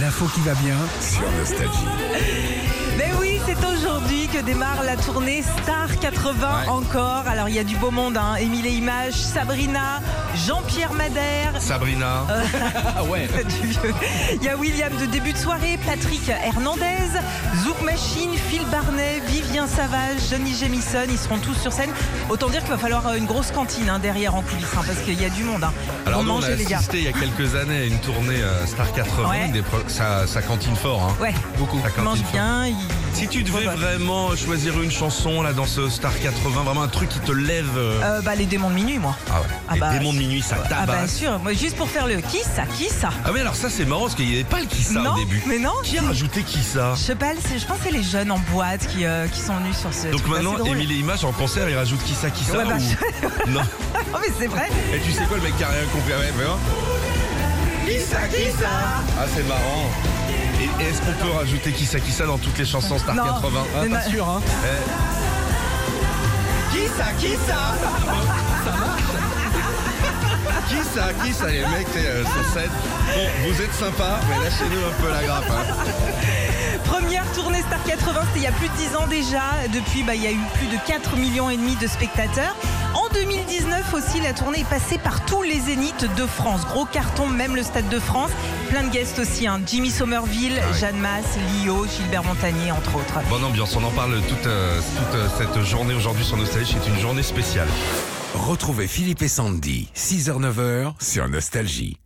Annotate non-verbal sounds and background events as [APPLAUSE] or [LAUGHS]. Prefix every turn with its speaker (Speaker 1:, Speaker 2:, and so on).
Speaker 1: L'info qui va bien.
Speaker 2: sur Nostalgie.
Speaker 3: Mais oui, c'est aujourd'hui que démarre la tournée Star 80 encore. Alors il y a du beau monde, hein. Émile et Images, Sabrina, Jean-Pierre Madère. [LAUGHS]
Speaker 2: Sabrina,
Speaker 3: Euh,
Speaker 1: Ah ouais.
Speaker 3: c'est du vieux. Il y a William de début de soirée, Patrick Hernandez, Zouk Machine, Phil Barnet, Vivien Savage, Johnny Jamison, ils seront tous sur scène. Autant dire qu'il va falloir euh, une grosse cantine hein, derrière en coulisses hein, parce qu'il y a du monde. Hein.
Speaker 2: alors
Speaker 3: Pour
Speaker 2: nous on a
Speaker 3: manger, les gars.
Speaker 2: assisté il y a quelques années à une tournée euh, Star 80,
Speaker 3: Ouais.
Speaker 2: des pro- ça, ça cantine fort. Hein.
Speaker 3: Ouais,
Speaker 2: Beaucoup. Ça
Speaker 3: on
Speaker 2: cantine
Speaker 3: mange
Speaker 2: fort.
Speaker 3: bien. il-
Speaker 2: Si tu devais
Speaker 3: Bon, bah,
Speaker 2: vraiment choisir une chanson là dans ce Star 80, vraiment un truc qui te lève. euh,
Speaker 3: euh, bah, les démons de minuit, moi.
Speaker 2: ah ouais.
Speaker 3: ah
Speaker 2: les
Speaker 3: bah,
Speaker 2: démons de minuit, ça
Speaker 3: Ah bah
Speaker 2: tabasse.
Speaker 3: sûr, moi juste pour faire le qui ça, qui ça
Speaker 2: Ah, oui, alors ça c'est marrant parce qu'il n'y avait pas le qui ça
Speaker 3: Non,
Speaker 2: au début.
Speaker 3: mais non.
Speaker 2: Qui a rajouté qui ça
Speaker 3: Je sais pas, c'est- je pense que c'est les jeunes en boîte qui, euh, qui sont venus sur ce.
Speaker 2: Donc
Speaker 3: truc-là,
Speaker 2: maintenant,
Speaker 3: c'est drôle.
Speaker 2: Émile et Image en concert, ils rajoutent qui ça, qui ça
Speaker 3: Ouais, bah,
Speaker 2: ou- Non.
Speaker 3: [LAUGHS] Non mais c'est vrai.
Speaker 2: Et tu sais quoi, le mec qui a rien compris Ouais, mais hein. Qui ça, qui ça Ah, c'est marrant. Et est-ce qu'on peut rajouter qui ça, qui ça dans toutes les chansons Star Ah,
Speaker 3: Non.
Speaker 2: 80
Speaker 3: Mais
Speaker 1: Pas
Speaker 3: ma-
Speaker 1: sûr, hein.
Speaker 2: Qui ça, qui ça Qui ça, qui ça Les mecs, c'est euh, sur scène. Bon, vous êtes sympas, mais lâchez-nous un peu la grappe. hein.
Speaker 3: Première tournée Star 80, c'était il y a plus de 10 ans déjà. Depuis, bah, il y a eu plus de 4 millions et demi de spectateurs. En 2019 aussi, la tournée est passée par tous les zéniths de France. Gros carton, même le Stade de France. Plein de guests aussi, hein. Jimmy Somerville,
Speaker 2: oui.
Speaker 3: Jeanne Masse, Lio, Gilbert Montagnier, entre autres.
Speaker 2: Bonne ambiance, on en parle toute, euh, toute euh, cette journée aujourd'hui sur Nostalgie. C'est une journée spéciale.
Speaker 1: Retrouvez Philippe et Sandy, 6h-9h sur Nostalgie.